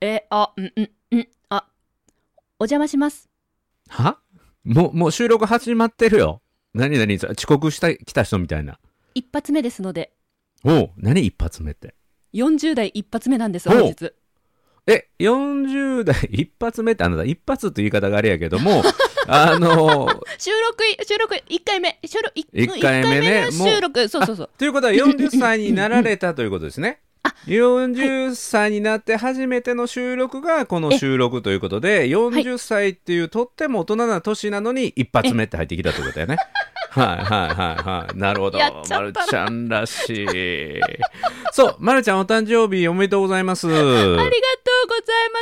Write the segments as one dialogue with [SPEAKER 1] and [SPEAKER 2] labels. [SPEAKER 1] え、あ、ん、ん、ん、あ、お邪魔します。
[SPEAKER 2] はもう、もう収録始まってるよ。何何それ遅刻した、来た人みたいな。
[SPEAKER 1] 一発目ですので、
[SPEAKER 2] おう、何一発目って。
[SPEAKER 1] 40代一発目なんです、
[SPEAKER 2] お
[SPEAKER 1] 本日。
[SPEAKER 2] え、40代一発目ってあなた、一発って言い方があれやけども、あのー
[SPEAKER 1] 収録い、収録1回目、収録 1,
[SPEAKER 2] 一回目ね
[SPEAKER 1] の収録、そうそうそう。
[SPEAKER 2] ということは40歳になられたということですね。40歳になって初めての収録がこの収録ということで、40歳っていうとっても大人な年なのに一発目って入ってきたってこと だよね。はいはいはいはい。なるほど
[SPEAKER 1] やっちゃっ。たな
[SPEAKER 2] まるちゃんらしい。そう、まるちゃんお誕生日おめでとうございます。
[SPEAKER 1] ありがとうございま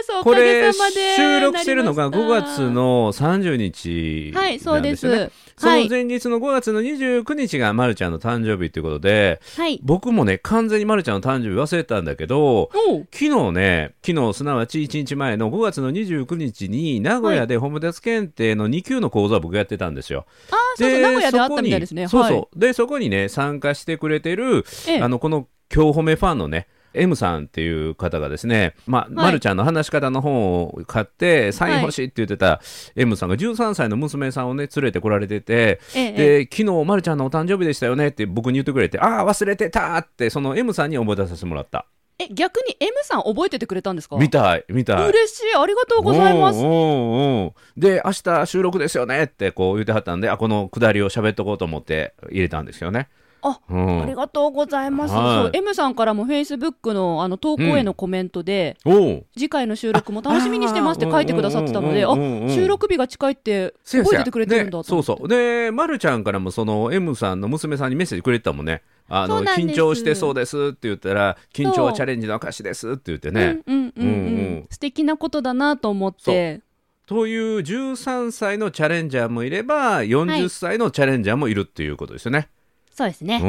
[SPEAKER 1] す、お
[SPEAKER 2] こ
[SPEAKER 1] かげ
[SPEAKER 2] れ
[SPEAKER 1] さまで。
[SPEAKER 2] 収録してるのが
[SPEAKER 1] なり
[SPEAKER 2] 5
[SPEAKER 1] ました
[SPEAKER 2] 月。の30日なんですよね。
[SPEAKER 1] はい、そうです。
[SPEAKER 2] その
[SPEAKER 1] はい。
[SPEAKER 2] 前日の5月の29日がまるちゃんの誕生日ということで、
[SPEAKER 1] はい。
[SPEAKER 2] 僕もね完全にまるちゃんの誕生日忘れてたんだけど
[SPEAKER 1] おう
[SPEAKER 2] 昨日ね昨日すなわち1日前の5月の29日に名古屋でホームレス検定の2級の講座を僕やってたんですよ。
[SPEAKER 1] ああ、そうそう、名古屋で会ったみたいですね。
[SPEAKER 2] そこ
[SPEAKER 1] は
[SPEAKER 2] に
[SPEAKER 1] い
[SPEAKER 2] そうそうでそこにね参加してくれてる、
[SPEAKER 1] ええ
[SPEAKER 2] あのこの今日褒めファンのね M さんっていう方がですね、まあまるちゃんの話し方の本を買ってサイン欲しいって言ってた M さんが13歳の娘さんをね連れてこられてて、
[SPEAKER 1] ええええ
[SPEAKER 2] で昨日まるちゃんのお誕生日でしたよねって僕に言ってくれてああ忘れてたってその M さんに思い出させてもらった
[SPEAKER 1] え、逆に M さん覚えててくれたんですか
[SPEAKER 2] みたいみたい
[SPEAKER 1] 嬉しい、ありがとうございます。
[SPEAKER 2] うんうんうんで明日収録ですよねってこう言ってはったんであこのくだりを喋っとこうと思って入れたんですよね
[SPEAKER 1] あ
[SPEAKER 2] うん
[SPEAKER 1] ありがとうございます。
[SPEAKER 2] は
[SPEAKER 1] そ
[SPEAKER 2] い
[SPEAKER 1] う M さんからも Facebook のあの投稿へのコメントで、
[SPEAKER 2] おう
[SPEAKER 1] 次回の収録も楽しみにしてますって書いてくださってたので、あ収録日が近いって
[SPEAKER 2] せや
[SPEAKER 1] 覚
[SPEAKER 2] せ
[SPEAKER 1] えて
[SPEAKER 2] や
[SPEAKER 1] てくれてるんだ
[SPEAKER 2] ね
[SPEAKER 1] と
[SPEAKER 2] そ
[SPEAKER 1] 思
[SPEAKER 2] う
[SPEAKER 1] って。
[SPEAKER 2] そうで、ま、るちゃんからもその M さんの娘さんにメッセージくれてたもんねあ
[SPEAKER 1] そ
[SPEAKER 2] の
[SPEAKER 1] うなんです
[SPEAKER 2] 緊張してそうですって言ったら緊張
[SPEAKER 1] そ
[SPEAKER 2] は
[SPEAKER 1] う
[SPEAKER 2] チャレンジの証ですって言ってね、
[SPEAKER 1] うんうんうんうん
[SPEAKER 2] うんうん
[SPEAKER 1] 素敵なことだなと思って
[SPEAKER 2] という13歳のチャレンジャーもいれば40歳のチャレンジャーもいるっていうことですよね。
[SPEAKER 1] そうですね、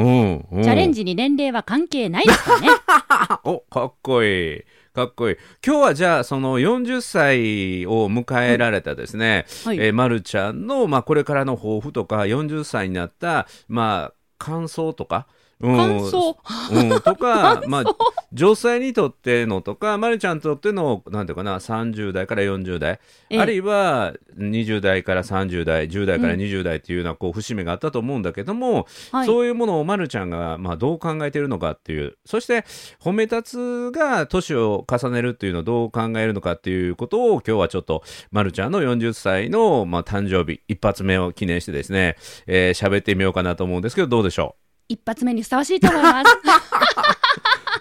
[SPEAKER 2] うんうん
[SPEAKER 1] チャレンジに年齢は関係ないです からね
[SPEAKER 2] あおかっこいいかっこいい今日はじゃあその40歳を迎えられたですね、
[SPEAKER 1] はい、
[SPEAKER 2] えーまるちゃんの、まあ、これからの抱負とか40歳になった、まあ、感想とか。うん
[SPEAKER 1] 感想
[SPEAKER 2] うん、と か、まあ、女性にとってのとか、まるちゃんにとっての、なんていうかな、30代から40代、
[SPEAKER 1] ええ
[SPEAKER 2] あるいは20代から30代、10代から20代っていうような、こう、節目があったと思うんだけども、
[SPEAKER 1] はい
[SPEAKER 2] そういうものをまるちゃんが、まあ、どう考えてるのかっていう、そして、褒め立つが年を重ねるっていうのをどう考えるのかっていうことを、今日はちょっと、まるちゃんの40歳の、まあ、誕生日、一発目を記念してですね、えー喋ってみようかなと思うんですけど、どうでしょう
[SPEAKER 1] 一発目にふさわしいと思い ます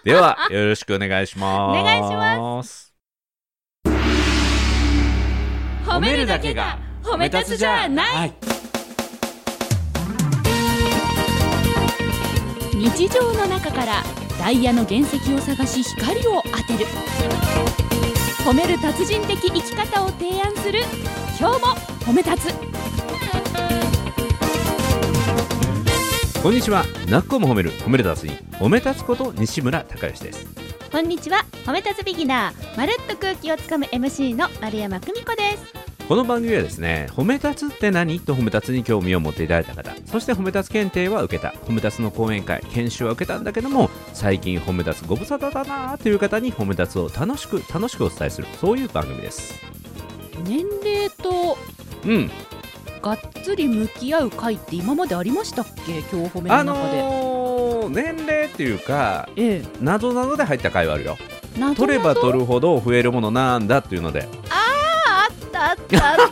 [SPEAKER 2] では、よろしくお願いします。
[SPEAKER 1] お願いし
[SPEAKER 2] ます。
[SPEAKER 1] 褒めるだけが褒め立つじゃない
[SPEAKER 2] い。
[SPEAKER 1] 日常の中からダイヤの原石を探し光を当てる褒める達人的生き方を提案する今日も褒め立つ
[SPEAKER 2] こんにちは。なっこも褒める、褒め立つに、褒め立つこと西村孝之です。
[SPEAKER 3] こんにちは褒め立つビギナーまるっと空気をつかむ MC の丸山久美子です
[SPEAKER 2] この番組はですね、褒め立つって何と褒め立つに興味を持っていただいた方、そして褒め立つ検定は受けた、褒め立つの講演会、研修は受けたんだけども、最近褒め立つご無沙汰だなーという方に褒め立つを楽しく楽しくお伝えする、そういう番組です。
[SPEAKER 1] 年齢と
[SPEAKER 2] うん。
[SPEAKER 1] がっつり向き合う会って今までありましたっけ今日褒め
[SPEAKER 2] あ
[SPEAKER 1] の中で、
[SPEAKER 2] のー、年齢っていうか、
[SPEAKER 1] え
[SPEAKER 2] 謎などで入った回はあるよ。
[SPEAKER 1] え謎
[SPEAKER 2] 取れば
[SPEAKER 1] 々
[SPEAKER 2] 取るほど増えるものなんだっていうので
[SPEAKER 1] ああったあったあ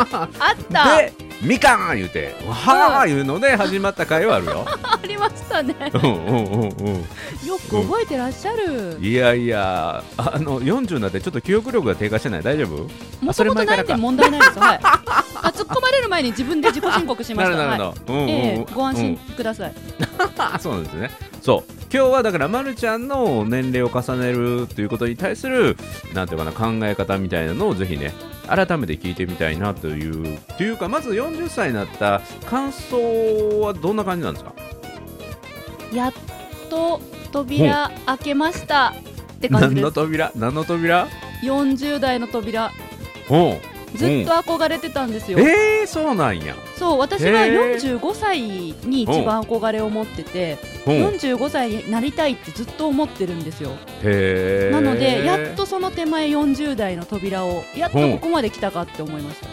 [SPEAKER 1] ったあっ た
[SPEAKER 2] でみかん言うてわはー言うので始まった会はあるよ
[SPEAKER 1] ありましたね
[SPEAKER 2] うんうんうんうん
[SPEAKER 1] よく覚えてらっしゃる
[SPEAKER 2] いやいやあの40になってちょっと記憶力が低下してない大丈夫
[SPEAKER 1] も
[SPEAKER 2] そ
[SPEAKER 1] と
[SPEAKER 2] れ
[SPEAKER 1] もと
[SPEAKER 2] 前
[SPEAKER 1] ない
[SPEAKER 2] から
[SPEAKER 1] ん
[SPEAKER 2] か
[SPEAKER 1] で問題ないですはいあ突っ込まれる前に自分で自己申告しま
[SPEAKER 2] な
[SPEAKER 1] し
[SPEAKER 2] る
[SPEAKER 1] た
[SPEAKER 2] なる
[SPEAKER 1] はい
[SPEAKER 2] なるうんうんうん
[SPEAKER 1] ええご安
[SPEAKER 2] う
[SPEAKER 1] 心
[SPEAKER 2] ん
[SPEAKER 1] ください、
[SPEAKER 2] あそうなんですねそう今日はだからまるちゃんの年齢を重ねるということに対するなんていうかな考え方みたいなのをぜひね改めて聞いてみたいなというというかまず40歳になった感想はどんな感じなんですか
[SPEAKER 1] やっと扉開けましたって感じ
[SPEAKER 2] 何
[SPEAKER 1] で
[SPEAKER 2] の
[SPEAKER 1] す
[SPEAKER 2] 扉何の扉
[SPEAKER 1] 40代の扉
[SPEAKER 2] おう
[SPEAKER 1] ずっと憧れてたんですよ、
[SPEAKER 2] えー、そうなんや。
[SPEAKER 1] そう私は
[SPEAKER 2] へえ
[SPEAKER 1] 45歳に一番憧れを持ってて、
[SPEAKER 2] うん、へ
[SPEAKER 1] 45歳になりたいってずっと思ってるんですよ、
[SPEAKER 2] え。
[SPEAKER 1] なのでやっとその手前40代の扉をやっとここまで来たかって思いました、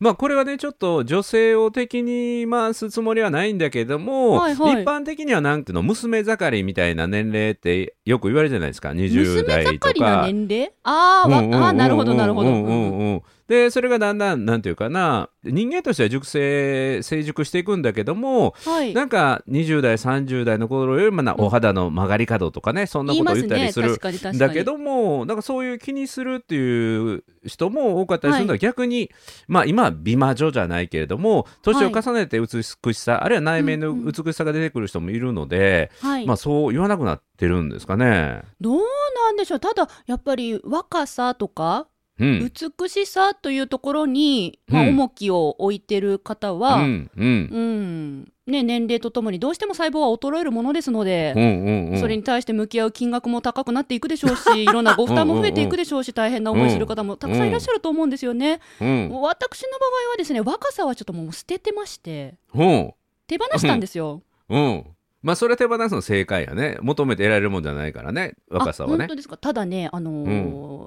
[SPEAKER 2] まあこれはねちょっと女性を敵に回すつもりはないんだけども、
[SPEAKER 1] はいはい
[SPEAKER 2] 一般的にはなんていうの娘盛りみたいな年齢ってよく言われるじゃないですか20
[SPEAKER 1] 娘
[SPEAKER 2] 代と
[SPEAKER 1] 盛り
[SPEAKER 2] か
[SPEAKER 1] の。年齢あーわ
[SPEAKER 2] うんうんうんうん
[SPEAKER 1] あーなるほどなるほど、
[SPEAKER 2] うんうんうんでそれがだんだんなんていうかな人間としては熟成成熟していくんだけども
[SPEAKER 1] はい
[SPEAKER 2] なんか20代30代の頃よりもなお肌の曲がり角とかねそんな
[SPEAKER 1] 言い
[SPEAKER 2] こと
[SPEAKER 1] ま
[SPEAKER 2] を言
[SPEAKER 1] す
[SPEAKER 2] ったり
[SPEAKER 1] ね
[SPEAKER 2] する
[SPEAKER 1] 確かに確かに
[SPEAKER 2] だけどもなんかそういう気にするっていう人も多かったりするのは、
[SPEAKER 1] は
[SPEAKER 2] 逆に、まあ、今は美魔女じゃないけれども年を重ねて美しさ、あるいは内面の
[SPEAKER 1] うんうん
[SPEAKER 2] 美しさが出てくる人もいるので、
[SPEAKER 1] はい、
[SPEAKER 2] まあ、そう言わなくなってるんですかね。
[SPEAKER 1] どうなんでしょうただやっぱり若さとか
[SPEAKER 2] うん、
[SPEAKER 1] 美しさというところに、まあ、
[SPEAKER 2] うん
[SPEAKER 1] 重きを置いてる方
[SPEAKER 2] う
[SPEAKER 1] は、うん
[SPEAKER 2] んうん
[SPEAKER 1] ね、年齢とともにどうしても細胞は衰えるものですので
[SPEAKER 2] う、んうんうん
[SPEAKER 1] それに対して向き合う金額も高くなっていくでしょう しいろんなご負担も増えていくでしょうし大変な思いする方もたくさんいらっしゃると思うんですよね。
[SPEAKER 2] うん
[SPEAKER 1] 私の場合はですね若さはちょっともう捨ててまして
[SPEAKER 2] うん
[SPEAKER 1] 手放したんですよ。
[SPEAKER 2] うんまあそれ手放すの正解やね求めて得られるもんじゃないからね若さは
[SPEAKER 1] あ
[SPEAKER 2] ね
[SPEAKER 1] 本当。ですかただね、あの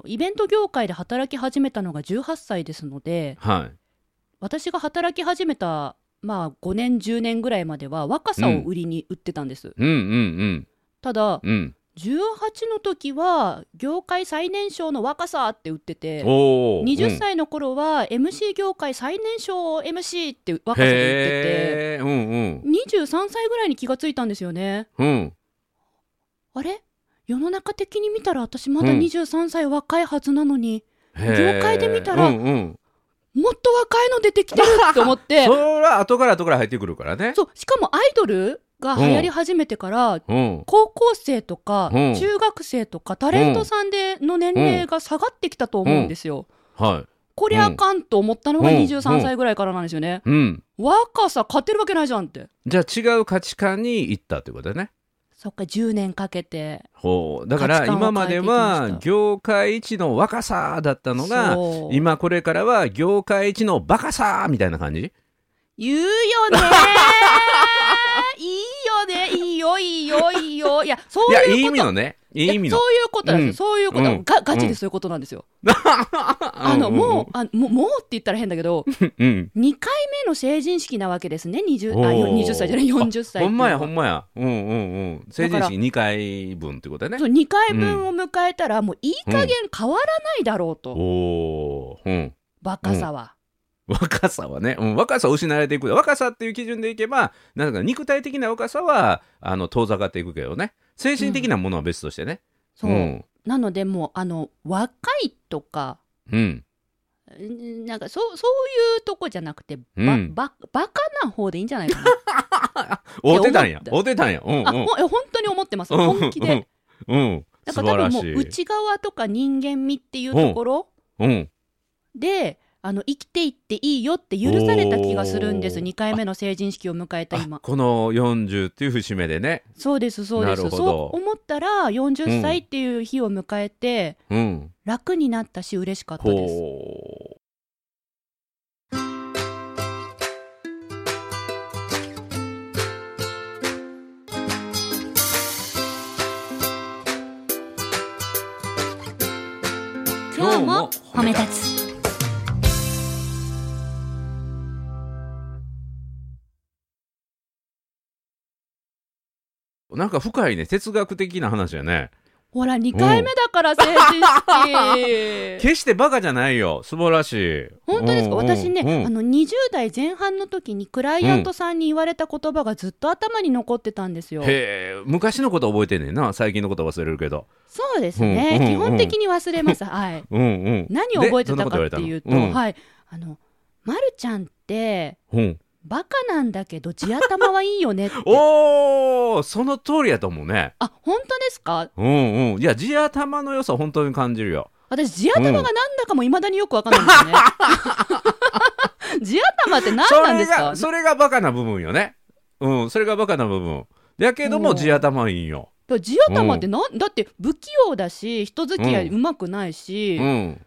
[SPEAKER 1] ーイベント業界で働き始めたのが18歳ですので
[SPEAKER 2] はい
[SPEAKER 1] 私が働き始めた、まあ、5年10年ぐらいまでは若さを売りに売ってたんです、
[SPEAKER 2] うんうん
[SPEAKER 1] ただ
[SPEAKER 2] うんうん
[SPEAKER 1] 18の時は業界最年少の若さって売ってて
[SPEAKER 2] おー
[SPEAKER 1] 20歳の頃は MC 業界最年少 MC って若さで言ってて
[SPEAKER 2] へえうんうん
[SPEAKER 1] 23歳ぐらいに気がついたんですよね
[SPEAKER 2] うん
[SPEAKER 1] あれ世の中的に見たら私まだ
[SPEAKER 2] うん
[SPEAKER 1] 23歳若いはずなのに、
[SPEAKER 2] へー
[SPEAKER 1] 業界で見たら
[SPEAKER 2] うんうん、
[SPEAKER 1] もっと若いの出てきてるって思って
[SPEAKER 2] それは後から後から入ってくるからね。
[SPEAKER 1] そうしかもアイドルが流行り始めてから
[SPEAKER 2] うん、
[SPEAKER 1] 高校生とか
[SPEAKER 2] うん
[SPEAKER 1] 中学生とかタレントさんでの年齢が下がってきたと思うんですよ。
[SPEAKER 2] は
[SPEAKER 1] こりゃあかんと思ったのが
[SPEAKER 2] うん
[SPEAKER 1] 23歳ぐらいからなんですよね。
[SPEAKER 2] い、うん、
[SPEAKER 1] 若さ勝てるわけないじゃんって。
[SPEAKER 2] じゃあ違う価値観に行ったってことだね。
[SPEAKER 1] そっか10年かけて。
[SPEAKER 2] ほうだ
[SPEAKER 1] 価
[SPEAKER 2] から
[SPEAKER 1] 値観を
[SPEAKER 2] 今まで
[SPEAKER 1] 変
[SPEAKER 2] は
[SPEAKER 1] えてきました
[SPEAKER 2] 業界一の若さだったのが
[SPEAKER 1] そう
[SPEAKER 2] 今これからは業界一のバカさみたいな感じ
[SPEAKER 1] 言うよね いいよねいいよいいよいいよ。いやそ
[SPEAKER 2] いうやい
[SPEAKER 1] い
[SPEAKER 2] い意
[SPEAKER 1] うこ
[SPEAKER 2] 味
[SPEAKER 1] と。
[SPEAKER 2] のねい
[SPEAKER 1] い
[SPEAKER 2] い
[SPEAKER 1] や
[SPEAKER 2] 意味の。
[SPEAKER 1] そういうことなんですよ、そういうこと、
[SPEAKER 2] うん
[SPEAKER 1] がガチでそういうことなんですよ。あのもうあもうもうって言ったら変だけど
[SPEAKER 2] うんうんうん、
[SPEAKER 1] 2回目の成人式なわけですね 20, あ
[SPEAKER 2] おー
[SPEAKER 1] 20歳じゃない40歳っていうのは
[SPEAKER 2] ほんまやほんまやうんうんうん成人式2回分ってことだね
[SPEAKER 1] そう2回分を迎えたらもういい加減変わらないだろうと、
[SPEAKER 2] おおーうん
[SPEAKER 1] バカさは、
[SPEAKER 2] 若さはね、うん、若さを失われていく若さっていう基準でいけばなんか肉体的な若さはあの遠ざかっていくけどね精神的なものは別としてね、う
[SPEAKER 1] そうんなのでもうあの若いとか
[SPEAKER 2] うん
[SPEAKER 1] んなんかそうそういうとこじゃなくてば、
[SPEAKER 2] うん
[SPEAKER 1] ばバカな方でいいんじゃないかな
[SPEAKER 2] 合うてたんや
[SPEAKER 1] いや
[SPEAKER 2] 合うてたんやうんうん
[SPEAKER 1] あほんえ本当に思ってます
[SPEAKER 2] うん
[SPEAKER 1] 本気で、
[SPEAKER 2] うんうん
[SPEAKER 1] だ
[SPEAKER 2] 素
[SPEAKER 1] から多分
[SPEAKER 2] 晴ら
[SPEAKER 1] も
[SPEAKER 2] し
[SPEAKER 1] う
[SPEAKER 2] い
[SPEAKER 1] 内側とか人間味っていうところ、
[SPEAKER 2] うん
[SPEAKER 1] であの生きていっていいよって許された気がするんです
[SPEAKER 2] おー
[SPEAKER 1] 2回目の成人式を迎えた
[SPEAKER 2] あ
[SPEAKER 1] 今
[SPEAKER 2] この40っていう節目でね
[SPEAKER 1] そうですそうで
[SPEAKER 2] なる
[SPEAKER 1] す
[SPEAKER 2] ほ
[SPEAKER 1] そ
[SPEAKER 2] ど
[SPEAKER 1] う思ったら40歳っていう日を迎えて、
[SPEAKER 2] うん
[SPEAKER 1] 楽になったし嬉しかったです
[SPEAKER 2] ほう
[SPEAKER 4] 今日も褒め立つ
[SPEAKER 2] なんか深いね哲学的な話やね
[SPEAKER 1] ほら2回目だから成人式
[SPEAKER 2] 決してバカじゃないよ素晴らしい
[SPEAKER 1] 本当ですか
[SPEAKER 2] うんうん
[SPEAKER 1] 私ね、
[SPEAKER 2] うん
[SPEAKER 1] あの20代前半の時にクライアントさんに言われた言葉がずっと頭に残ってたんですよ、
[SPEAKER 2] へえ昔のこと覚えてんねんな最近のこと忘れるけど
[SPEAKER 1] そうですね、
[SPEAKER 2] うんうんう
[SPEAKER 1] 基
[SPEAKER 2] ん
[SPEAKER 1] 本的に忘れますはい
[SPEAKER 2] うんうん
[SPEAKER 1] 何を覚えてたかっていうと
[SPEAKER 2] でどんなこ
[SPEAKER 1] はい、あの、まるちゃんって、
[SPEAKER 2] 言われたのうん。
[SPEAKER 1] バカなんだけど、地頭はいいよねって
[SPEAKER 2] おーその通りやと思うね
[SPEAKER 1] あ、本当ですか
[SPEAKER 2] うんうんいや地頭の良さ本当に感じるよ
[SPEAKER 1] 私、地頭がなんだかも未だによくわかんないん ですよね。地頭って何
[SPEAKER 2] そ
[SPEAKER 1] なんで
[SPEAKER 2] れ
[SPEAKER 1] すか
[SPEAKER 2] がそれがバカな部分よねうん、それがバカな部分。やけども、
[SPEAKER 1] うん
[SPEAKER 2] 地頭いいんよ。
[SPEAKER 1] ら地頭ってなん、だって不器用だし人付き合いうまくないし、
[SPEAKER 2] うん。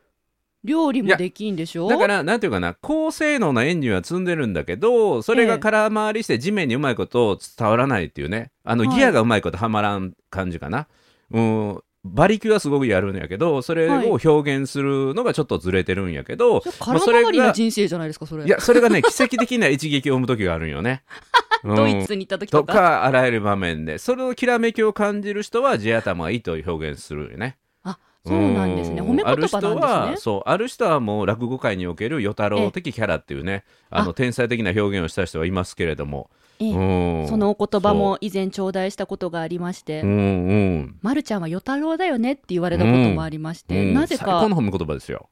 [SPEAKER 1] 料理もできんでしょ
[SPEAKER 2] だから、なんていうかな、高性能な演技は積んでるんだけど、それが空回りして地面にうまいこと伝わらないっていうね。あの、
[SPEAKER 1] はい
[SPEAKER 2] ギアがうまいことはまらん感じかな。うん。馬力はすごくやるんやけど、それを表現するのがちょっとずれてるんやけど、
[SPEAKER 1] それ
[SPEAKER 2] まあ
[SPEAKER 1] 空
[SPEAKER 2] それが
[SPEAKER 1] 回りな人生じゃないですかそれ
[SPEAKER 2] いや、それがね、奇跡的な一撃を生む時があるん よね。うん
[SPEAKER 1] ドイツに行った時
[SPEAKER 2] と
[SPEAKER 1] とか
[SPEAKER 2] か、あらゆる場面で、そのきらめきを感じる人は、地頭がいいと表現するよね。
[SPEAKER 1] あそうなんですね
[SPEAKER 2] う
[SPEAKER 1] 褒め言葉なんです
[SPEAKER 2] ある人は、
[SPEAKER 1] ね
[SPEAKER 2] そう、ある人はもう落語界における与太郎的キャラっていうね、あの、
[SPEAKER 1] あ
[SPEAKER 2] 天才的な表現をした人はいますけれども。
[SPEAKER 1] ええ
[SPEAKER 2] うん
[SPEAKER 1] そのお言葉も以前頂戴したことがありまして、
[SPEAKER 2] そううんうん。
[SPEAKER 1] まるちゃんは与太郎だよねって言われたこともありまして、
[SPEAKER 2] うん
[SPEAKER 1] なぜ
[SPEAKER 2] 最
[SPEAKER 1] か
[SPEAKER 2] 高の褒め言葉ですよ。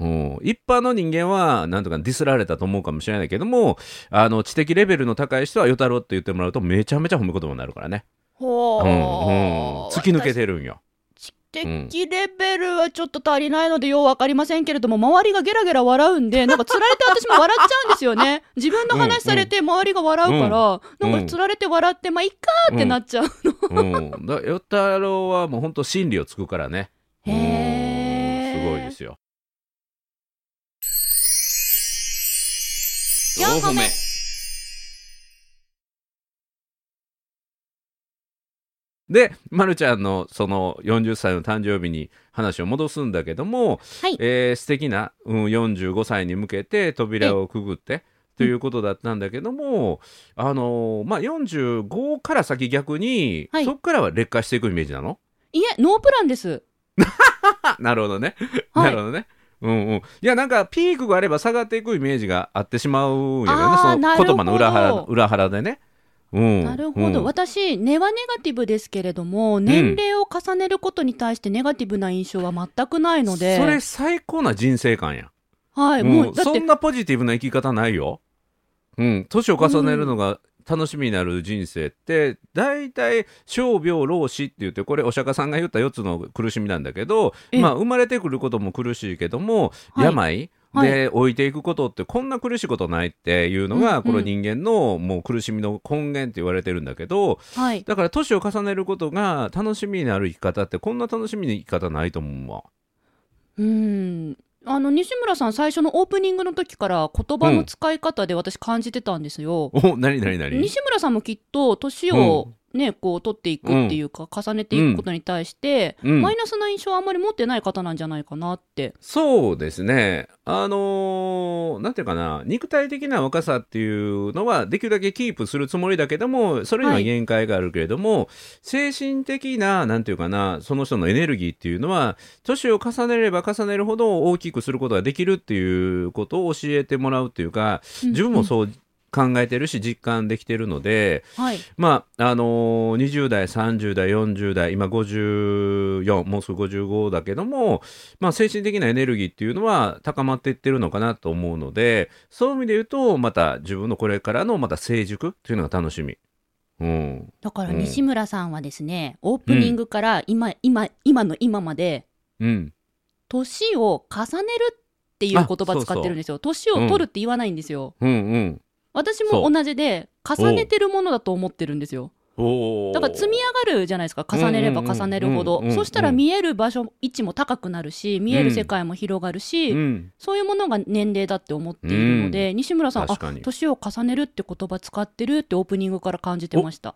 [SPEAKER 2] うん、一般の人間はなんとかディスられたと思うかもしれないけどもあの知的レベルの高い人は「与太郎」って言ってもらうとめちゃめちゃ褒め言葉になるからね、
[SPEAKER 1] ほう
[SPEAKER 2] う
[SPEAKER 1] ん
[SPEAKER 2] うん、突き抜けてるんよ。
[SPEAKER 1] 私知的レベルはちょっと足りないのでよう分かりませんけれども、周りがゲラゲラ笑うん でなんかつられて私も笑っちゃうんですよね自分の話されて周りが笑うから、
[SPEAKER 2] うん
[SPEAKER 1] なんかつられて笑ってまあいっかーってなっちゃう、
[SPEAKER 2] うん、だ与太郎はもう本当真理をつくからね。うん
[SPEAKER 1] へー
[SPEAKER 2] すごいですよ。
[SPEAKER 1] 四個目
[SPEAKER 2] で、ま、るちゃんのその40歳の誕生日に話を戻すんだけども、
[SPEAKER 1] はい
[SPEAKER 2] えー素敵な、うん、45歳に向けて扉をくぐってということだったんだけども、あのーまあ、45から先逆に、
[SPEAKER 1] はい
[SPEAKER 2] そこからは劣化していくイメージなの
[SPEAKER 1] いえノープランです
[SPEAKER 2] あなるほどね。
[SPEAKER 1] はい
[SPEAKER 2] なるほどね。うんうん、いやなんかピークがあれば下がっていくイメージがあってしまうんやけどね
[SPEAKER 1] あー
[SPEAKER 2] その
[SPEAKER 1] なるほど
[SPEAKER 2] 言葉の裏腹裏腹でね。うん、
[SPEAKER 1] なるほど、
[SPEAKER 2] うん
[SPEAKER 1] 私根はネガティブですけれども年齢を重ねることに対してネガティブな印象は全くないので、
[SPEAKER 2] それ最高な人生観や、
[SPEAKER 1] はい、
[SPEAKER 2] うん
[SPEAKER 1] もうだっ
[SPEAKER 2] そ
[SPEAKER 1] て
[SPEAKER 2] んなポジティブな生き方ないようん年を重ねるのが楽しみになる人生って、大体傷病老死って言ってこれお釈迦さんが言った4つの苦しみなんだけど
[SPEAKER 1] え
[SPEAKER 2] まあ生まれてくることも苦しいけども、
[SPEAKER 1] はい
[SPEAKER 2] 病
[SPEAKER 1] はい
[SPEAKER 2] で置いていくことってこんな苦しいことないっていうのが、
[SPEAKER 1] うん
[SPEAKER 2] この人間のもう苦しみの根源って言われてるんだけど
[SPEAKER 1] はい、
[SPEAKER 2] だから年を重ねることが楽しみになる生き方ってこんな楽しみな生き方ないと思うわ。
[SPEAKER 1] うんあの西村さん最初のオープニングの時から言葉の使い方で私感じてたんですよ。
[SPEAKER 2] お何何何
[SPEAKER 1] 西村さんもきっと年を、ねこう取っていくっていうか、重ねていくことに対して、
[SPEAKER 2] うん
[SPEAKER 1] マイナスな印象はあんまり持ってない方なんじゃないかなって。
[SPEAKER 2] そうですね。あのーなんていうかな、肉体的な若さっていうのは、できるだけキープするつもりだけども、それには
[SPEAKER 1] はい
[SPEAKER 2] 限界があるけれども、精神的な、なんていうかな、その人のエネルギーっていうのは、年を重ねれば重ねるほど大きくすることができるっていうことを教えてもらうっていうか、自分も
[SPEAKER 1] う
[SPEAKER 2] そう考えてるし、実感できてるので、
[SPEAKER 1] ん、はい、
[SPEAKER 2] まああのー20代30代40代今54もうすぐ55だけども、まあ、精神的なエネルギーっていうのは高まっていってるのかなと思うのでそういう意味で言うとまた自分のこれからのまた成熟っていうのが楽しみ。うん、
[SPEAKER 1] だから
[SPEAKER 2] うん
[SPEAKER 1] 西村さんはですね、オープニングから今、今、今の今まで、
[SPEAKER 2] うん、
[SPEAKER 1] 年を重ねるっていう言
[SPEAKER 2] あそ
[SPEAKER 1] 葉
[SPEAKER 2] うそう
[SPEAKER 1] 使ってるんですよ。年を取るって言わないんですよ。
[SPEAKER 2] うん、うん。
[SPEAKER 1] 私
[SPEAKER 2] そ
[SPEAKER 1] も
[SPEAKER 2] う
[SPEAKER 1] 同じで、重ねてるものだと思ってるんですよ。
[SPEAKER 2] おー
[SPEAKER 1] だから積み上がるじゃないですか。重ねれば重ねるほ
[SPEAKER 2] うん
[SPEAKER 1] ど
[SPEAKER 2] うんうんうんうんう。
[SPEAKER 1] そ
[SPEAKER 2] ん
[SPEAKER 1] したら見える場所、位置も高くなるし、見える世界も広がるし、
[SPEAKER 2] うん、
[SPEAKER 1] そういうものが年齢だって思っているので、西村さん、
[SPEAKER 2] 確
[SPEAKER 1] あ、
[SPEAKER 2] かに
[SPEAKER 1] 年を重ねるって言葉使ってるってオープニングから感じてました。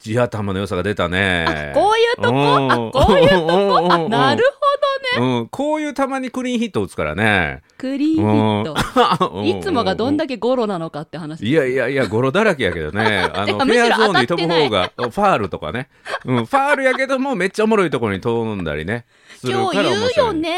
[SPEAKER 2] 地頭の良さが出たね。
[SPEAKER 1] こういうとこ、あ、こういう
[SPEAKER 2] とこ
[SPEAKER 1] なるほ
[SPEAKER 2] ほどね。うん、こういうたまにクリーンヒット打つからね。
[SPEAKER 1] クリーンヒット。 いつもがどん
[SPEAKER 2] だ
[SPEAKER 1] だけゴロなのかって話です
[SPEAKER 2] いやいやいや、ゴロだらけやけど ね。あの、フ
[SPEAKER 1] むし
[SPEAKER 2] ェ
[SPEAKER 1] ろ
[SPEAKER 2] アゾーンに飛ぶ方
[SPEAKER 1] 当
[SPEAKER 2] が、ファールとかね。うん、ファールやけども、めっちゃおもろいところに飛んだりね。する
[SPEAKER 1] 今
[SPEAKER 2] か
[SPEAKER 1] 日
[SPEAKER 2] ら
[SPEAKER 1] 言
[SPEAKER 2] 面
[SPEAKER 1] う
[SPEAKER 2] 白
[SPEAKER 1] よ
[SPEAKER 2] い。
[SPEAKER 1] ね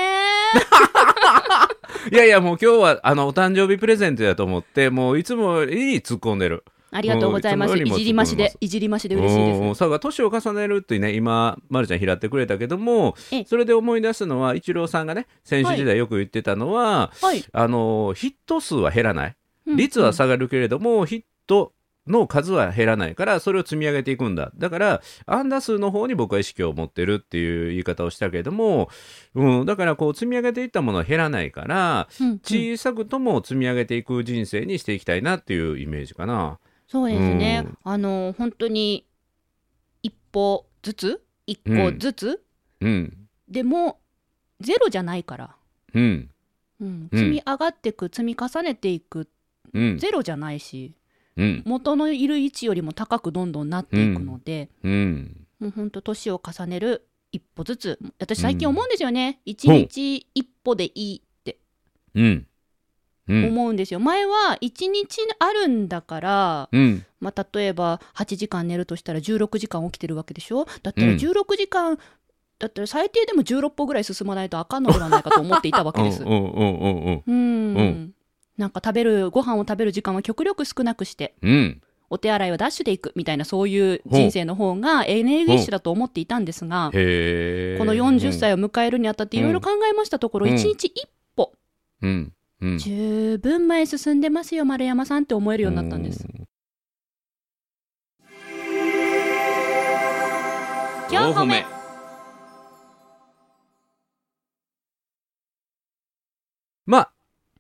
[SPEAKER 2] いやいや、もう今日は、あの、お誕生日プレゼントやと思って、もういつもより突っ込んでる。
[SPEAKER 1] ありがとうございま
[SPEAKER 2] う
[SPEAKER 1] す
[SPEAKER 2] んいつ
[SPEAKER 1] い
[SPEAKER 2] もよりも
[SPEAKER 1] じりまし
[SPEAKER 2] ちょっ
[SPEAKER 1] で
[SPEAKER 2] と
[SPEAKER 1] いじりましで嬉しいです
[SPEAKER 2] うんそうか、年を重ねるってね、今、まるちゃん拾ってくれたけども
[SPEAKER 1] ええ、
[SPEAKER 2] それで思い出すのは、イチローさんがね、選手時代よく言ってたのは、
[SPEAKER 1] はい、
[SPEAKER 2] あの、ヒット数は減らない。
[SPEAKER 1] うん
[SPEAKER 2] 率は下がるけれども、ヒットの数は減らないからそれを積み上げていくんだだから安打数の方に僕は意識を持ってるっていう言い方をしたけれども、うん、だからこう積み上げていったものは減らないから
[SPEAKER 1] うんうん
[SPEAKER 2] 小さくとも積み上げていく人生にしていきたいなっていうイメージかな。
[SPEAKER 1] そうですね、
[SPEAKER 2] うん
[SPEAKER 1] あの本当に一歩ずつ一個ずつ、
[SPEAKER 2] うん
[SPEAKER 1] でもゼロじゃないから、
[SPEAKER 2] うん
[SPEAKER 1] うん、
[SPEAKER 2] うん
[SPEAKER 1] 積み上がっていく積み重ねていく
[SPEAKER 2] うん
[SPEAKER 1] ゼロじゃないし
[SPEAKER 2] うん
[SPEAKER 1] 元のいる位置よりも高くどんどんなっていくので、
[SPEAKER 2] うん
[SPEAKER 1] もうほんと年を重ねる一歩ずつ私最近
[SPEAKER 2] うん
[SPEAKER 1] 思うんですよね、一
[SPEAKER 2] ほう
[SPEAKER 1] 日一歩でいいって
[SPEAKER 2] うんうん
[SPEAKER 1] 思うんですよ、前は一日あるんだから、
[SPEAKER 2] うん
[SPEAKER 1] まあ、例えば8時間寝るとしたら16時間起きてるわけでしょだったら
[SPEAKER 2] うん
[SPEAKER 1] 16時間、だったら最低でも16歩ぐらい進まないとあかんのではないかと思っていたわけです
[SPEAKER 2] うんうんうんうん
[SPEAKER 1] うん、
[SPEAKER 2] うん
[SPEAKER 1] なんか食べるご飯を食べる時間は極力少なくして
[SPEAKER 2] うん
[SPEAKER 1] お手洗いはダッシュで行くみたいなそういう人生の方がエネルギッシュだと思っていたんですが、
[SPEAKER 2] へえ
[SPEAKER 1] この40歳を迎えるにあたっていろいろ考えましたところ、
[SPEAKER 2] うん
[SPEAKER 1] 1日一歩
[SPEAKER 2] うんうん
[SPEAKER 1] 十分前進んでますよ丸山さんって思えるようになったんです。
[SPEAKER 2] 4
[SPEAKER 1] 四
[SPEAKER 2] 褒
[SPEAKER 1] 褒
[SPEAKER 2] め
[SPEAKER 1] め
[SPEAKER 2] まあ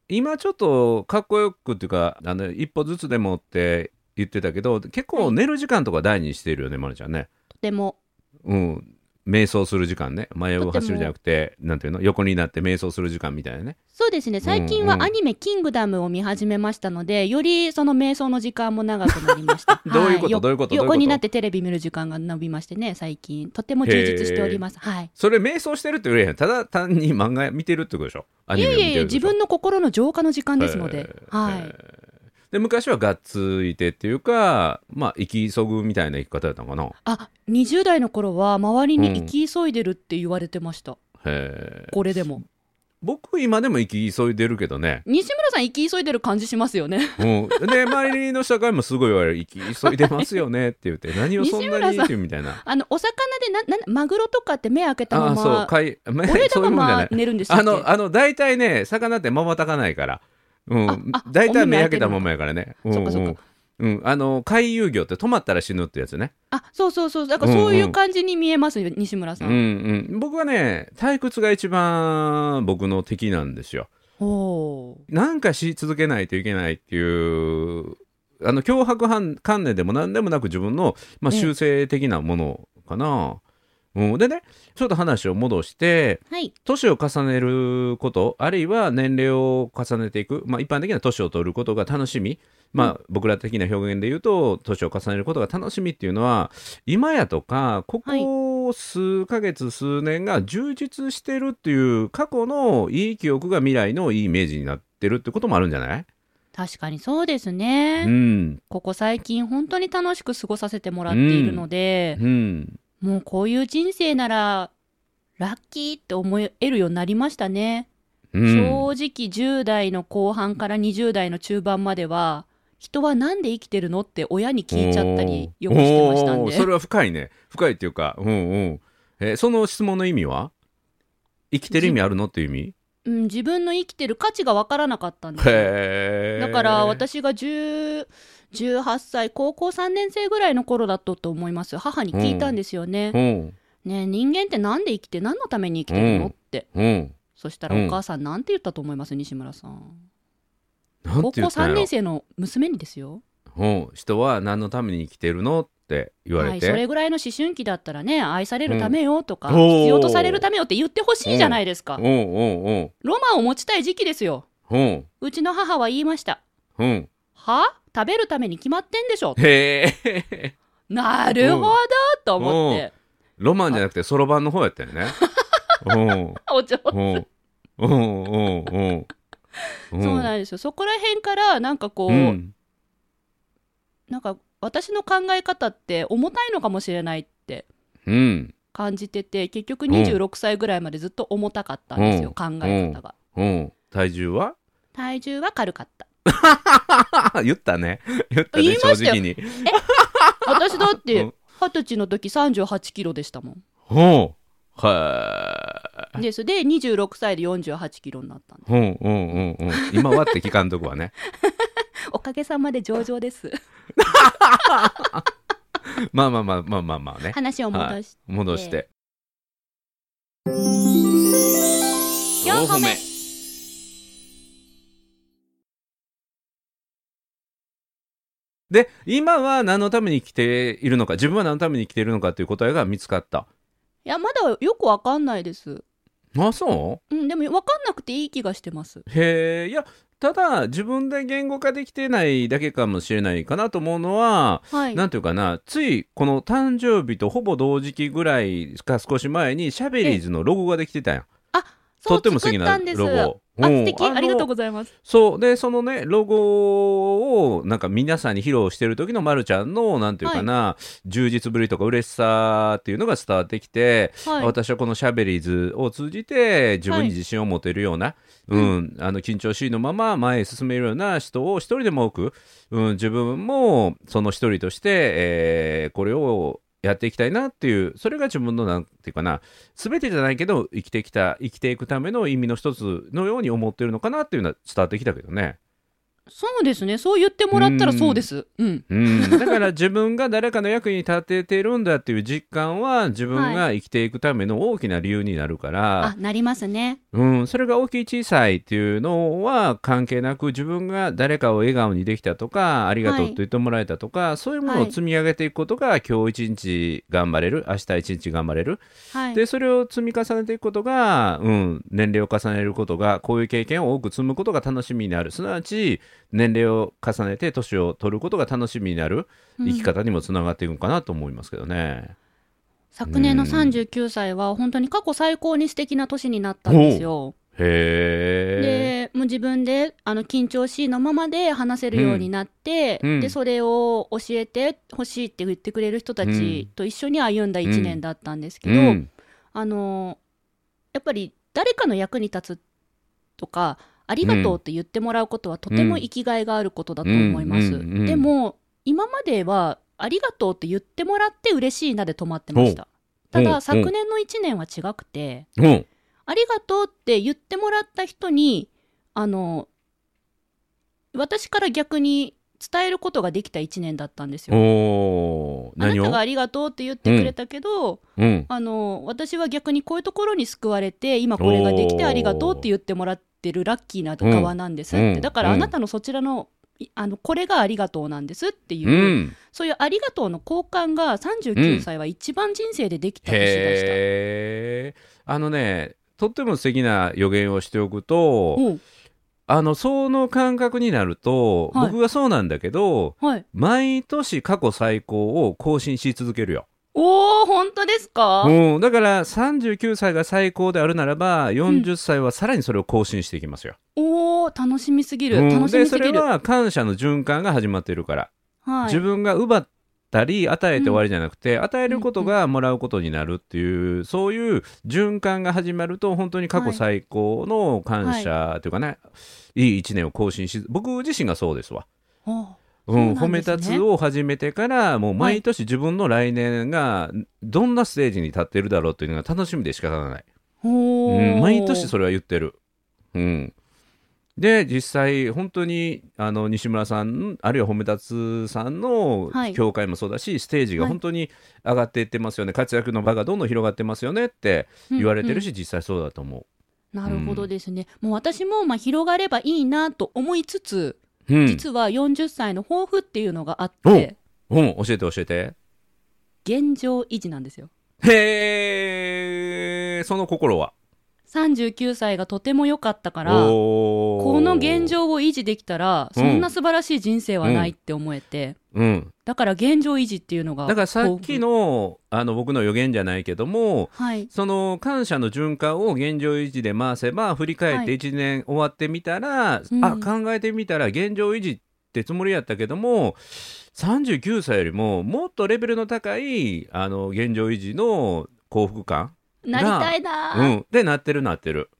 [SPEAKER 2] 今ちょっとかっこよくっていうかあの一歩ずつでもって言ってたけど結構寝る時間とか大事にしてるよねまるちゃんね。
[SPEAKER 1] とても
[SPEAKER 2] うん瞑想する時間ね前を走るじゃなくてなんていうの横になって瞑想する時間みたいなね。
[SPEAKER 1] そうですね最近
[SPEAKER 2] うんう
[SPEAKER 1] は
[SPEAKER 2] ん。
[SPEAKER 1] アニメ「キングダム」を見始めましたのでよりその瞑想の時間も長くなりました
[SPEAKER 2] どういうこと
[SPEAKER 1] はよ
[SPEAKER 2] どういうことどういうこと
[SPEAKER 1] 横になってテレビ見る時間が伸びましてね最近とても充実しております。はい
[SPEAKER 2] それ瞑想してるって言えへんただ単に漫画見てるってことでしょア
[SPEAKER 1] い
[SPEAKER 2] ニメ
[SPEAKER 1] や
[SPEAKER 2] を
[SPEAKER 1] い
[SPEAKER 2] 見
[SPEAKER 1] や
[SPEAKER 2] て
[SPEAKER 1] い
[SPEAKER 2] る
[SPEAKER 1] や
[SPEAKER 2] ってことでし
[SPEAKER 1] 自
[SPEAKER 2] ょ
[SPEAKER 1] 分の心の浄化の時間ですので、
[SPEAKER 2] えー
[SPEAKER 1] はい、
[SPEAKER 2] えーで昔はがっついてっていうかまあ生き急ぐみたいな生き方だったのかな
[SPEAKER 1] あ20代の頃は周りに生き急いでるって言われてました、
[SPEAKER 2] へー
[SPEAKER 1] これでも
[SPEAKER 2] 僕今でも生き急いでるけどね、
[SPEAKER 1] 西村さん生き急いでる感じしますよ ね
[SPEAKER 2] うん、で周りの社会もすごい言われる生き急いでますよねって言って何をそん なに
[SPEAKER 1] 西村さん
[SPEAKER 2] っていうみたいな
[SPEAKER 1] あのお魚でななマグロとかって目開けた
[SPEAKER 2] あ
[SPEAKER 1] ま
[SPEAKER 2] あそう
[SPEAKER 1] ま
[SPEAKER 2] かい め
[SPEAKER 1] 泳いだ
[SPEAKER 2] そう
[SPEAKER 1] ま
[SPEAKER 2] いうもんじゃな
[SPEAKER 1] ま
[SPEAKER 2] い
[SPEAKER 1] 寝るんですよ
[SPEAKER 2] あのあの大体ね魚ってまばたかないから、う
[SPEAKER 1] あ
[SPEAKER 2] ん
[SPEAKER 1] あ、
[SPEAKER 2] 大体目開けたままやからね
[SPEAKER 1] お目開けるのかそっ
[SPEAKER 2] うん
[SPEAKER 1] かそっ
[SPEAKER 2] うんうん、あの回遊魚って止まったら死ぬってやつね
[SPEAKER 1] あそうそうそうだからそういう感じに見えますよ、西村さ
[SPEAKER 2] うん
[SPEAKER 1] ん、
[SPEAKER 2] うん、僕はね退屈が一番僕の敵なんですよ。
[SPEAKER 1] おー
[SPEAKER 2] なんかし続けないといけないっていうあの脅迫犯観念でも何でもなく自分の、まあ、
[SPEAKER 1] ええ
[SPEAKER 2] 修正的なものかな。うん、でねちょっと話を戻して
[SPEAKER 1] はい
[SPEAKER 2] 年を重ねることあるいは年齢を重ねていく、まあ、一般的な年を取ることが楽しみ、まあ、僕ら的な表現で言うと年を重ねることが楽しみっていうのは今やとかここ数ヶ月数年が充実してるっていう過去のいい記憶が未来のいいイメージになってるってこともあるんじゃない、
[SPEAKER 1] 確かにそうですね、
[SPEAKER 2] うん
[SPEAKER 1] ここ最近本当に楽しく過ごさせてもらっているので、
[SPEAKER 2] うん
[SPEAKER 1] もうこういう人生ならラッキーって思えるようになりましたね、
[SPEAKER 2] うん、
[SPEAKER 1] 正直10代の後半から20代の中盤までは人はなんで生きてるのって親に聞いちゃったりよくしてましたん
[SPEAKER 2] おーそ
[SPEAKER 1] で
[SPEAKER 2] れは深いね深いっていうか、うんうんえーその質問の意味は生きてる意味あるのっていう意味
[SPEAKER 1] うん、自分の生きてる価値が分からなかったんですよ
[SPEAKER 2] へー
[SPEAKER 1] だから私が10 18歳高校3年生ぐらいの頃だったと思います母に聞いたんですよね
[SPEAKER 2] う、ん
[SPEAKER 1] ねえ人間ってなんで生きて何のために生きてるのって
[SPEAKER 2] うん
[SPEAKER 1] そしたらお母さんなんて言ったと思います西村さん
[SPEAKER 2] なん
[SPEAKER 1] 高校
[SPEAKER 2] て言ったん
[SPEAKER 1] 3
[SPEAKER 2] やろ
[SPEAKER 1] 年生の娘にですよ、
[SPEAKER 2] うん人は何のために生きてるのって言わ
[SPEAKER 1] は
[SPEAKER 2] れ
[SPEAKER 1] い、
[SPEAKER 2] て、
[SPEAKER 1] それぐらいの思春期だったらね愛されるためよとか、
[SPEAKER 2] うんおー
[SPEAKER 1] 必要とされるためよって言ってほしいじゃないですか、
[SPEAKER 2] うんうんうん
[SPEAKER 1] ロマンを持ちたい時期ですよ
[SPEAKER 2] うん
[SPEAKER 1] うちの母は言いました
[SPEAKER 2] うん
[SPEAKER 1] は食べるために決まってんでしょ
[SPEAKER 2] へえ
[SPEAKER 1] なるほどと思って
[SPEAKER 2] ロマンじゃなくてそろばんの方やったよねうん
[SPEAKER 1] お嬢
[SPEAKER 2] うんうんうんうんうん
[SPEAKER 1] そうなんですよそこら辺からなんかこう、
[SPEAKER 2] うん
[SPEAKER 1] なんか私の考え方って重たいのかもしれないって
[SPEAKER 2] うん
[SPEAKER 1] 感じてて結局26歳ぐらいまでずっと重たかったんですよ、考え方が、
[SPEAKER 2] うん体重は
[SPEAKER 1] 体重は軽かった
[SPEAKER 2] 言ったね言ったね
[SPEAKER 1] 言いま
[SPEAKER 2] 正
[SPEAKER 1] したよ
[SPEAKER 2] 直に
[SPEAKER 1] 私だっ
[SPEAKER 2] うん
[SPEAKER 1] て二十歳の時38キロでしたもん
[SPEAKER 2] うんは
[SPEAKER 1] ですで26歳で48キロになったんで
[SPEAKER 2] いうんうんうんうん今はって聞かんとこはね
[SPEAKER 1] おかげさまで上々です
[SPEAKER 2] まあまあまあまあまあまあね
[SPEAKER 1] 話を戻し
[SPEAKER 2] 戻して
[SPEAKER 1] 四歩目
[SPEAKER 2] で今は何のために生きているのか自分は何のために生きているのかという答えが見つかった
[SPEAKER 1] いやまだよくわかんないです
[SPEAKER 2] あそう
[SPEAKER 1] うんでもわかんなくていい気がしてます
[SPEAKER 2] へえいやただ自分で言語化できてないだけかもしれないかなと思うのは
[SPEAKER 1] はい
[SPEAKER 2] なんていうかなついこの誕生日とほぼ同時期ぐらいか少し前にシャベリーズのロゴができてたやん
[SPEAKER 1] そう
[SPEAKER 2] とっても素敵
[SPEAKER 1] 作
[SPEAKER 2] な
[SPEAKER 1] ったんです
[SPEAKER 2] ロゴ
[SPEAKER 1] あ
[SPEAKER 2] うん
[SPEAKER 1] 素敵
[SPEAKER 2] の
[SPEAKER 1] ありがとうございます
[SPEAKER 2] そうでそのねロゴをなんか皆さんに披露してる時のまるちゃんのなんていうかな、充実ぶりとか嬉しさっていうのが伝わってきて、
[SPEAKER 1] はい
[SPEAKER 2] 私はこのシャベリーズを通じて自分に自信を持てるような、うん、あの緊張しいのまま前へ進めるような人を一人でも多く、うん、自分もその一人として、えーこれをやっていきたいなっていうそれが自分のなんていうかな全てじゃないけど生きてきた生きていくための意味の一つのように思ってるのかなっていうのは伝わってきたけどね。
[SPEAKER 1] そうですねそう言ってもらったらそうですうん
[SPEAKER 2] うん、だから自分が誰かの役に立ててるんだっていう実感は自分が生きていくための大きな理由になるから、
[SPEAKER 1] あなりますね
[SPEAKER 2] うん、それが大きい小さいっていうのは関係なく自分が誰かを笑顔にできたとかありがとう
[SPEAKER 1] はい
[SPEAKER 2] と言ってもらえたとか、そういうものを
[SPEAKER 1] はい
[SPEAKER 2] 積み上げていくことが、今日一日頑張れる明日一日頑張れる、
[SPEAKER 1] はい
[SPEAKER 2] でそれを積み重ねていくことが、うん、年齢を重ねることがこういう経験を多く積むことが楽しみになるすなわち年齢を重ねて年を取ることが楽しみになる生き方にもつながっていくのかなと思いますけどね。
[SPEAKER 1] 昨年の
[SPEAKER 2] うん
[SPEAKER 1] 39歳は本当に過去最高に素敵な年になったんですよ。
[SPEAKER 2] へ
[SPEAKER 1] でもう自分であの緊張しいのままで話せるようになって、
[SPEAKER 2] うんうん
[SPEAKER 1] でそれを教えてほしいって言ってくれる人たちと一緒に歩んだ1年だったんですけ
[SPEAKER 2] え。
[SPEAKER 1] ど、
[SPEAKER 2] うん
[SPEAKER 1] あのやっぱり誰かの役に立つとかありがとうって言ってもらうことはとても生きがいがあることだと思います、
[SPEAKER 2] うんうんうん
[SPEAKER 1] でも今まではありがとうって言ってもらって嬉しいなで止まってました
[SPEAKER 2] ほ
[SPEAKER 1] た
[SPEAKER 2] うほ
[SPEAKER 1] だ
[SPEAKER 2] う
[SPEAKER 1] 昨年の1年は違くて
[SPEAKER 2] うん
[SPEAKER 1] ありがとうって言ってもらった人にあの私から逆に伝えることができた1年だったんですよ
[SPEAKER 2] おー
[SPEAKER 1] あな
[SPEAKER 2] 何を
[SPEAKER 1] たがありがとうって言ってくれたけど、
[SPEAKER 2] うん、
[SPEAKER 1] あの私は逆にこういうところに救われて今これができてありがとうって言ってもらってるラッキーな側なんですって、
[SPEAKER 2] うん
[SPEAKER 1] だから
[SPEAKER 2] うん
[SPEAKER 1] あなたのそちらのいあのこれがありがとうなんですっていう、
[SPEAKER 2] うん、
[SPEAKER 1] そういうありがとうの交換が39歳は一番人生でできた年でした。
[SPEAKER 2] へえあのねとっても素敵な予言をしておくと
[SPEAKER 1] おう
[SPEAKER 2] あのその感覚になると、
[SPEAKER 1] はい
[SPEAKER 2] 僕がそうなんだけど
[SPEAKER 1] はい、
[SPEAKER 2] 毎年過去最高を更新し続けるよ、
[SPEAKER 1] おー本当ですか、
[SPEAKER 2] うん、だから39歳が最高であるならば40歳はさらにそれを更新していきますよ、
[SPEAKER 1] おー楽しみすぎる、
[SPEAKER 2] うん
[SPEAKER 1] 楽し
[SPEAKER 2] で
[SPEAKER 1] み
[SPEAKER 2] そ
[SPEAKER 1] すぎ
[SPEAKER 2] れ
[SPEAKER 1] る、
[SPEAKER 2] は感謝の循環が始まっているから
[SPEAKER 1] はい、
[SPEAKER 2] 自分が奪ったり与えて終わりじゃなくて、与えることがもらうことになるっていう、そういう循環が始まると本当に過去最高の感謝というかね、い、い一年を更新し僕自身がそうですわ。
[SPEAKER 1] あ
[SPEAKER 2] う
[SPEAKER 1] そ
[SPEAKER 2] ん
[SPEAKER 1] うな
[SPEAKER 2] 褒
[SPEAKER 1] ん
[SPEAKER 2] め
[SPEAKER 1] ですね
[SPEAKER 2] たつを始めてからもう毎年自分の来年がどんなステージに立ってるだろうっていうのが楽しみで仕方がない、
[SPEAKER 1] おー
[SPEAKER 2] うん、毎年それは言ってる、うん、で実際本当にあの西村さんあるいは褒め立つさんの
[SPEAKER 1] はい
[SPEAKER 2] 協会もそうだし、ステージが
[SPEAKER 1] はい
[SPEAKER 2] 本当に上がっていってますよね、活躍の場がどんどん広がってますよねって言われてるし、実際そうだと思
[SPEAKER 1] うんうんなるほどですね、もう私もまあ広がればいいなと思いつつ、
[SPEAKER 2] う、うん
[SPEAKER 1] 実は40歳の抱負っていうのがあっ
[SPEAKER 2] お
[SPEAKER 1] て
[SPEAKER 2] うん、教えて教えて
[SPEAKER 1] 現状維持なんですよ
[SPEAKER 2] へえその心は
[SPEAKER 1] 39歳がとても良かったからこ
[SPEAKER 2] こ
[SPEAKER 1] の現、状を維持できたら
[SPEAKER 2] うん
[SPEAKER 1] そんな素晴らしい人生はないって思えて、
[SPEAKER 2] うん、
[SPEAKER 1] だから現状維持っていうのが
[SPEAKER 2] だからさっきのあの僕の予言じゃないけども、
[SPEAKER 1] 抱負はい
[SPEAKER 2] その感謝の循環を現状維持で回せば振り返って
[SPEAKER 1] は
[SPEAKER 2] 1年終わってみたら、
[SPEAKER 1] うん
[SPEAKER 2] あ考えてみたら現状維持ってつもりやったけども39歳よりももっとレベルの高いあの現状維持の幸福感、
[SPEAKER 1] なりたいな
[SPEAKER 2] う
[SPEAKER 1] ー、
[SPEAKER 2] ん、でなってるなってる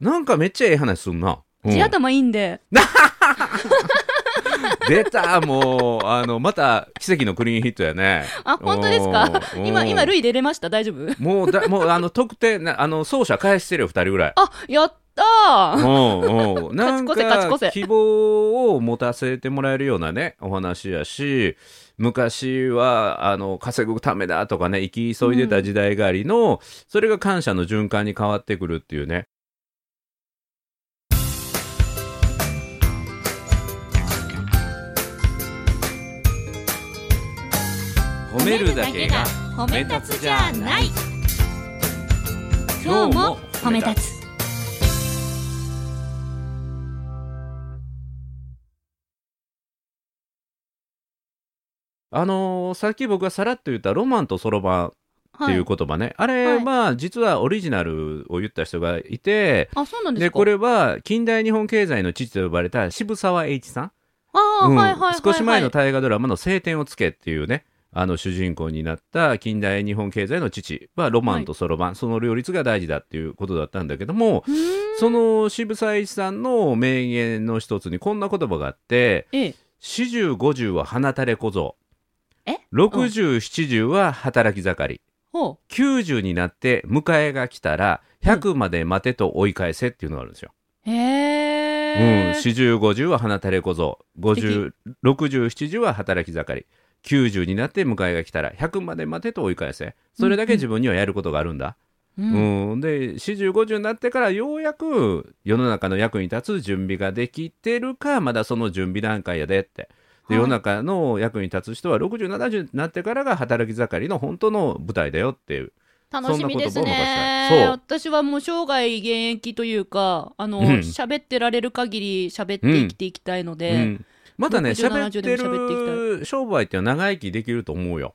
[SPEAKER 2] なんかめっちゃええ話すんな、うん
[SPEAKER 1] 地頭いいんで
[SPEAKER 2] 出たもうあのまた奇跡のクリーンヒットやね
[SPEAKER 1] あ本当ですか
[SPEAKER 2] うん
[SPEAKER 1] 今今
[SPEAKER 2] うん
[SPEAKER 1] 類出れました大丈夫
[SPEAKER 2] もうだもうあの得点なあの走者返してるよ2人ぐらい
[SPEAKER 1] あやったー
[SPEAKER 2] うんうん、なん
[SPEAKER 1] 勝ち越せ勝ち
[SPEAKER 2] か
[SPEAKER 1] 越せ
[SPEAKER 2] 希望を持たせてもらえるようなねお話やし昔はあの稼ぐためだとかね生き急いでた時代がありの、それが感謝の循環に変わってくるっていうね。めるだけが褒め立つじゃない
[SPEAKER 4] 今日も褒め立つ
[SPEAKER 2] あのーさっき僕がさらっと言った「ロマンとそろばん」っ
[SPEAKER 1] は
[SPEAKER 2] て
[SPEAKER 1] い
[SPEAKER 2] いう言葉ね、あれ、
[SPEAKER 1] はい
[SPEAKER 2] まあ実はオリジナルを言った人がいて
[SPEAKER 1] あそうなんですか
[SPEAKER 2] でこれは近代日本経済の父と呼ばれた渋沢栄一さん
[SPEAKER 1] あー、
[SPEAKER 2] うん
[SPEAKER 1] はいはいはいはい
[SPEAKER 2] 少し前の大河ドラマの「青天を衝け」っていうねあの主人公になった近代日本経済の父はロマンとそろばん、その両立が大事だっていうことだったんだけども
[SPEAKER 1] うーん
[SPEAKER 2] その渋沢栄一さんの名言の一つにこんな言葉があって
[SPEAKER 1] ええ
[SPEAKER 2] 「四十五十は放たれ小僧」
[SPEAKER 1] え
[SPEAKER 2] 「六十七十は働き盛り」
[SPEAKER 1] ほ
[SPEAKER 2] 「九十になって迎えが来たら百まで待てと追い返せ」っていうのがあるんですよ。
[SPEAKER 1] うへ
[SPEAKER 2] うん、
[SPEAKER 1] え、
[SPEAKER 2] 4050は花垂れ小僧
[SPEAKER 1] 敵
[SPEAKER 2] 506070は働き盛り90になって迎えが来たら100まで待てと追い返せそれだけ自分にはやることがあるんだ、
[SPEAKER 1] う
[SPEAKER 2] うんんで4050になってからようやく世の中の役に立つ準備ができてるかまだその準備段階やでって
[SPEAKER 1] は
[SPEAKER 2] で
[SPEAKER 1] い
[SPEAKER 2] 世の中の役に立つ人は6070になってからが働き盛りの本当の舞台だよっていう
[SPEAKER 1] 楽しみです
[SPEAKER 2] そんなこと
[SPEAKER 1] ね
[SPEAKER 2] 僕はし
[SPEAKER 1] 私はもう生涯現役というかあの
[SPEAKER 2] うん
[SPEAKER 1] 喋、ってられる限り喋って生きていきたいので、
[SPEAKER 2] うんまたね
[SPEAKER 1] 60 70
[SPEAKER 2] 喋って
[SPEAKER 1] でも喋って
[SPEAKER 2] る商売っていうのは長生きできると思うよ。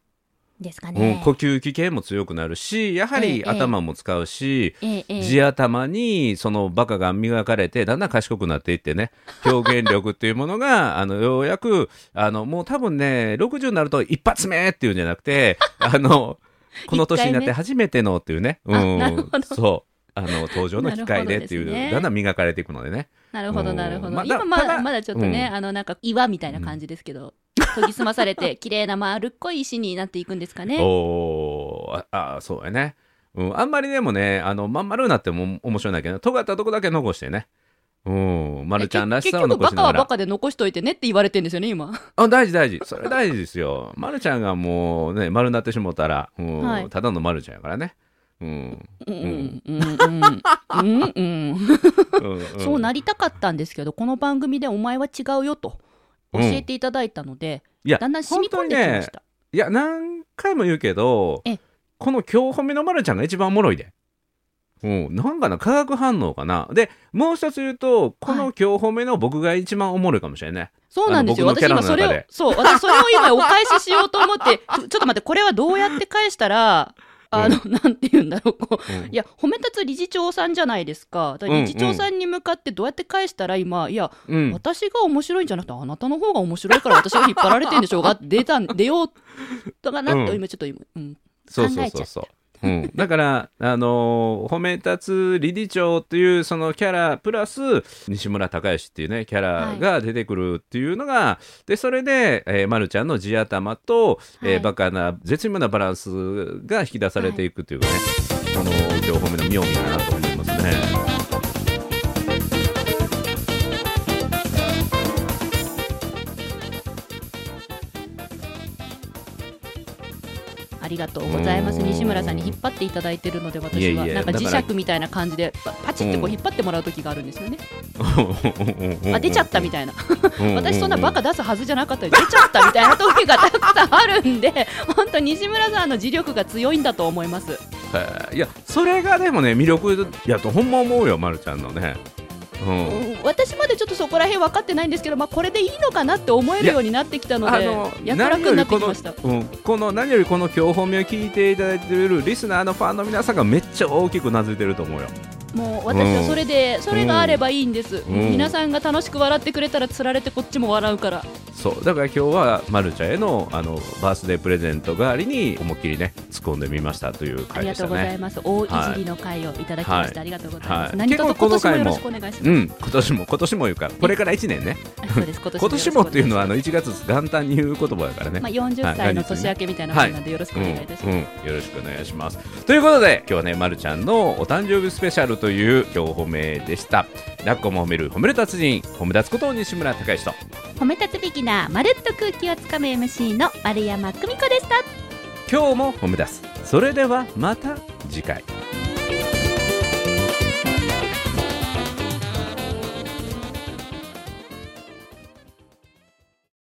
[SPEAKER 1] ですか
[SPEAKER 2] うん、
[SPEAKER 1] ね、
[SPEAKER 2] 呼吸器系も強くなるしやは
[SPEAKER 1] え
[SPEAKER 2] り
[SPEAKER 1] え
[SPEAKER 2] 頭も使うし、
[SPEAKER 1] ええええ
[SPEAKER 2] 地頭にそのバカが磨かれてだんだん賢くなっていってね表現力っていうものが あのようやくあのもう多分ね60になると一発目っていうんじゃなく てあのこの年になっ
[SPEAKER 1] 一回目
[SPEAKER 2] て初めてのっていうね、う
[SPEAKER 1] あなるほど
[SPEAKER 2] ん、そうあの登場の機会でってい
[SPEAKER 1] なるほど
[SPEAKER 2] う、
[SPEAKER 1] ですね
[SPEAKER 2] だんだん磨かれていくのでね
[SPEAKER 1] なるほどなるほ
[SPEAKER 2] うん
[SPEAKER 1] ど、
[SPEAKER 2] まあだ
[SPEAKER 1] 今ま
[SPEAKER 2] た
[SPEAKER 1] だ
[SPEAKER 2] だ
[SPEAKER 1] まだちょっとね、あのなんか岩みたいな感じですけど、研ぎ澄まされ て綺麗な丸っこい石になっていくんですかね
[SPEAKER 2] おーああそうやね、うん、あんまりでもねあのまん丸になっても面白いんだけど尖ったとこだけ残してねうん、まるちゃんらしさを残し
[SPEAKER 1] 結局バカ
[SPEAKER 2] なが
[SPEAKER 1] は
[SPEAKER 2] ら
[SPEAKER 1] バカで残しといてねって言われてんですよね今
[SPEAKER 2] あ大事大事それ大事ですよまるちゃんがもうね丸になってしもたら、うん
[SPEAKER 1] はい
[SPEAKER 2] ただのまるちゃんやからねうん、
[SPEAKER 1] うんうん うんうんうんうん
[SPEAKER 2] うんう ん
[SPEAKER 1] そうなりたかったんですけどこの番組でお前は違うよと教えていただいたので、
[SPEAKER 2] いや
[SPEAKER 1] だんだん染み込んできま
[SPEAKER 2] 本当にね
[SPEAKER 1] した、
[SPEAKER 2] いや何回も言うけど
[SPEAKER 1] ええ
[SPEAKER 2] この今日褒めのまるちゃんが一番おもろいで。うん、なんかな化学反応かなでもう一つ言うとこの今日褒めの僕が一番おもろいかもしれない、
[SPEAKER 1] そうなんですよ。
[SPEAKER 2] あの僕
[SPEAKER 1] 私
[SPEAKER 2] の
[SPEAKER 1] 今それ
[SPEAKER 2] キャラ
[SPEAKER 1] を
[SPEAKER 2] の中で、
[SPEAKER 1] そう、私それを今お返ししようと思 って、ちょちょっと待って、これはどうやって返したら、あの、 なんて言うんだろう、こう。
[SPEAKER 2] うん
[SPEAKER 1] いや、褒め立つ理事長さんじゃないですか。だから
[SPEAKER 2] うん
[SPEAKER 1] 理事長さんに向かってどうやって返したら今、いや、
[SPEAKER 2] うん、
[SPEAKER 1] 私が面白いんじゃなくて、あなたの方が面白いから私が引っ張られてんでしょうが、出たん、出ようとかなって、
[SPEAKER 2] うん
[SPEAKER 1] 今ちょっと今、うん。
[SPEAKER 2] そうそうそうそう。うん、だから、あのー褒め立つ理事長というそのキャラプラス西村孝之っていうねキャラが出てくるっていうのが、でそれで、えーま、るちゃんの地頭と、えー
[SPEAKER 1] はい
[SPEAKER 2] バカな絶妙なバランスが引き出されていくというかね、この今日褒めの妙味かなと思いますね。
[SPEAKER 1] ありがとうございます。
[SPEAKER 2] うん
[SPEAKER 1] 西村さんに引っ張っていただいてるので、
[SPEAKER 2] いえ
[SPEAKER 1] 私
[SPEAKER 2] い
[SPEAKER 1] は。
[SPEAKER 2] え
[SPEAKER 1] なんか
[SPEAKER 2] だ
[SPEAKER 1] 磁
[SPEAKER 2] から
[SPEAKER 1] 石みたいな感じで、パパチってこ
[SPEAKER 2] う
[SPEAKER 1] うん引っ張ってもらう時があるんですよね。
[SPEAKER 2] あ
[SPEAKER 1] あ、出ちゃったみたいな。
[SPEAKER 2] たい
[SPEAKER 1] 私そんなバカ出すはずじゃなかったり出ちゃったみたいな時がたくさんあるんで 本当西村さんの磁力が強いんだと思います
[SPEAKER 2] いやそれがでもね魅力やとほんま思うよ、ま、るちゃんのね。うん
[SPEAKER 1] うん私までちょっとそこら辺分かってないんですけど、まあ、これでいいのかなって思えるようになってきたのでやたらくになってきました
[SPEAKER 2] 何よりこの,、うん、この何よりこの今日褒めを聞いていただいているリスナーのファンの皆さんがめっちゃ大きくうなずいてると思うよ。
[SPEAKER 1] もう私はそれで、それがあればいいんです、
[SPEAKER 2] ん
[SPEAKER 1] 皆さんが楽しく笑ってくれたらつられてこっちも笑うから
[SPEAKER 2] そうだから今日はまるちゃんへのあのバースデープレゼント代わりに思いっきりね突っ込んでみましたという
[SPEAKER 1] あり
[SPEAKER 2] 回で
[SPEAKER 1] が
[SPEAKER 2] し
[SPEAKER 1] と
[SPEAKER 2] た
[SPEAKER 1] うござ
[SPEAKER 2] ね
[SPEAKER 1] い。ます、大いじりの会をいただきました、
[SPEAKER 2] はい
[SPEAKER 1] ありがとうございます、
[SPEAKER 2] はい
[SPEAKER 1] 何卒
[SPEAKER 2] 結構
[SPEAKER 1] 今
[SPEAKER 2] この
[SPEAKER 1] 年も
[SPEAKER 2] 回
[SPEAKER 1] よ
[SPEAKER 2] も
[SPEAKER 1] ろしくお願いします、
[SPEAKER 2] うん、今年も今年も言うからこれから1年ね
[SPEAKER 1] あそうです今年
[SPEAKER 2] 今年もっていうのはあ
[SPEAKER 1] よろしくお願します
[SPEAKER 2] の1月元旦に言う言葉だからね、
[SPEAKER 1] まあ、40歳の年明けみたいなもんなんでよろしくお願いいたします。
[SPEAKER 2] うんうん、よろしくお願いしますということで今日はね、ま、るちゃんのお誕生日スペシャルという今日褒めでしたラッコも褒める褒める達人褒め立つことを西村孝之と
[SPEAKER 5] 褒め立つビギナーまるっと空気をつかむ MC の丸山久美子でした
[SPEAKER 2] 今日も褒め出すそれではまた次回